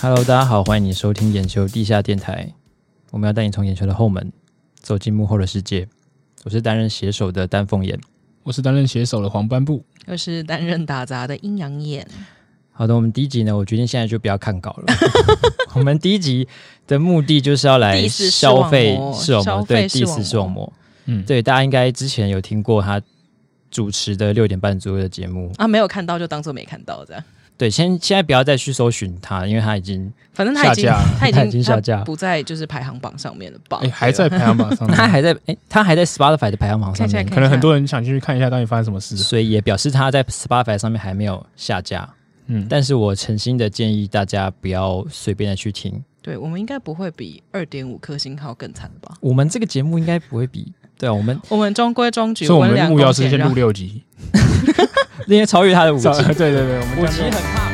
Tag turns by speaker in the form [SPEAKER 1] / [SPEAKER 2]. [SPEAKER 1] Hello，大家好，欢迎你收听眼球地下电台。我们要带你从眼球的后门走进幕后的世界。我是担任写手的丹凤眼。
[SPEAKER 2] 我是担任写手的黄斑布，
[SPEAKER 3] 又是担任打杂的阴阳眼，
[SPEAKER 1] 好的，我们第一集呢，我决定现在就不要看稿 了。我们第一集的目的就是要来
[SPEAKER 3] 第一次视
[SPEAKER 1] 消
[SPEAKER 3] 网
[SPEAKER 1] 费
[SPEAKER 3] 膜
[SPEAKER 1] 视网膜，
[SPEAKER 3] 消
[SPEAKER 1] 对，
[SPEAKER 3] 费
[SPEAKER 1] 第一
[SPEAKER 3] 视
[SPEAKER 1] 次
[SPEAKER 3] 网
[SPEAKER 1] 视网
[SPEAKER 3] 膜
[SPEAKER 1] 膜。
[SPEAKER 2] 嗯，
[SPEAKER 1] 对，大家应该之前有听过他主持的六点半左右的节目。
[SPEAKER 3] 啊，没有看到就当做没看到这样。
[SPEAKER 1] 对，先现在不要再去搜寻他，因为他已经
[SPEAKER 3] 反正他已经
[SPEAKER 2] 下架
[SPEAKER 3] 他已
[SPEAKER 1] 他
[SPEAKER 3] 经
[SPEAKER 1] 已经下架
[SPEAKER 3] 不在就是排行榜上面了吧？
[SPEAKER 2] 哎，还在排行榜 上面，
[SPEAKER 1] 他还在哎，他还在 Spotify 的排行榜上
[SPEAKER 3] 嗯看起来
[SPEAKER 1] 面，
[SPEAKER 3] 看
[SPEAKER 2] 可能很多人想进去看一下到底发生什么事。
[SPEAKER 1] 所以也表示他在 Spotify 上面还没有下架。
[SPEAKER 2] 嗯，
[SPEAKER 1] 但是我诚心的建议大家不要随便的去听，
[SPEAKER 3] 对我们应该不会比二点五颗星号更惨吧？
[SPEAKER 1] 我们这个节目应该不会比对啊，我们
[SPEAKER 3] 我们中规中矩，
[SPEAKER 2] 所以我们
[SPEAKER 3] 温良啊
[SPEAKER 2] 目标
[SPEAKER 3] 恭
[SPEAKER 2] 是
[SPEAKER 3] 俭
[SPEAKER 2] 先
[SPEAKER 3] 让
[SPEAKER 2] 录。六集，
[SPEAKER 1] 应该超越他的五级
[SPEAKER 2] 对。对对，我们
[SPEAKER 1] 五
[SPEAKER 2] 这
[SPEAKER 1] 级
[SPEAKER 2] 样
[SPEAKER 1] 很
[SPEAKER 2] 录
[SPEAKER 1] 怕。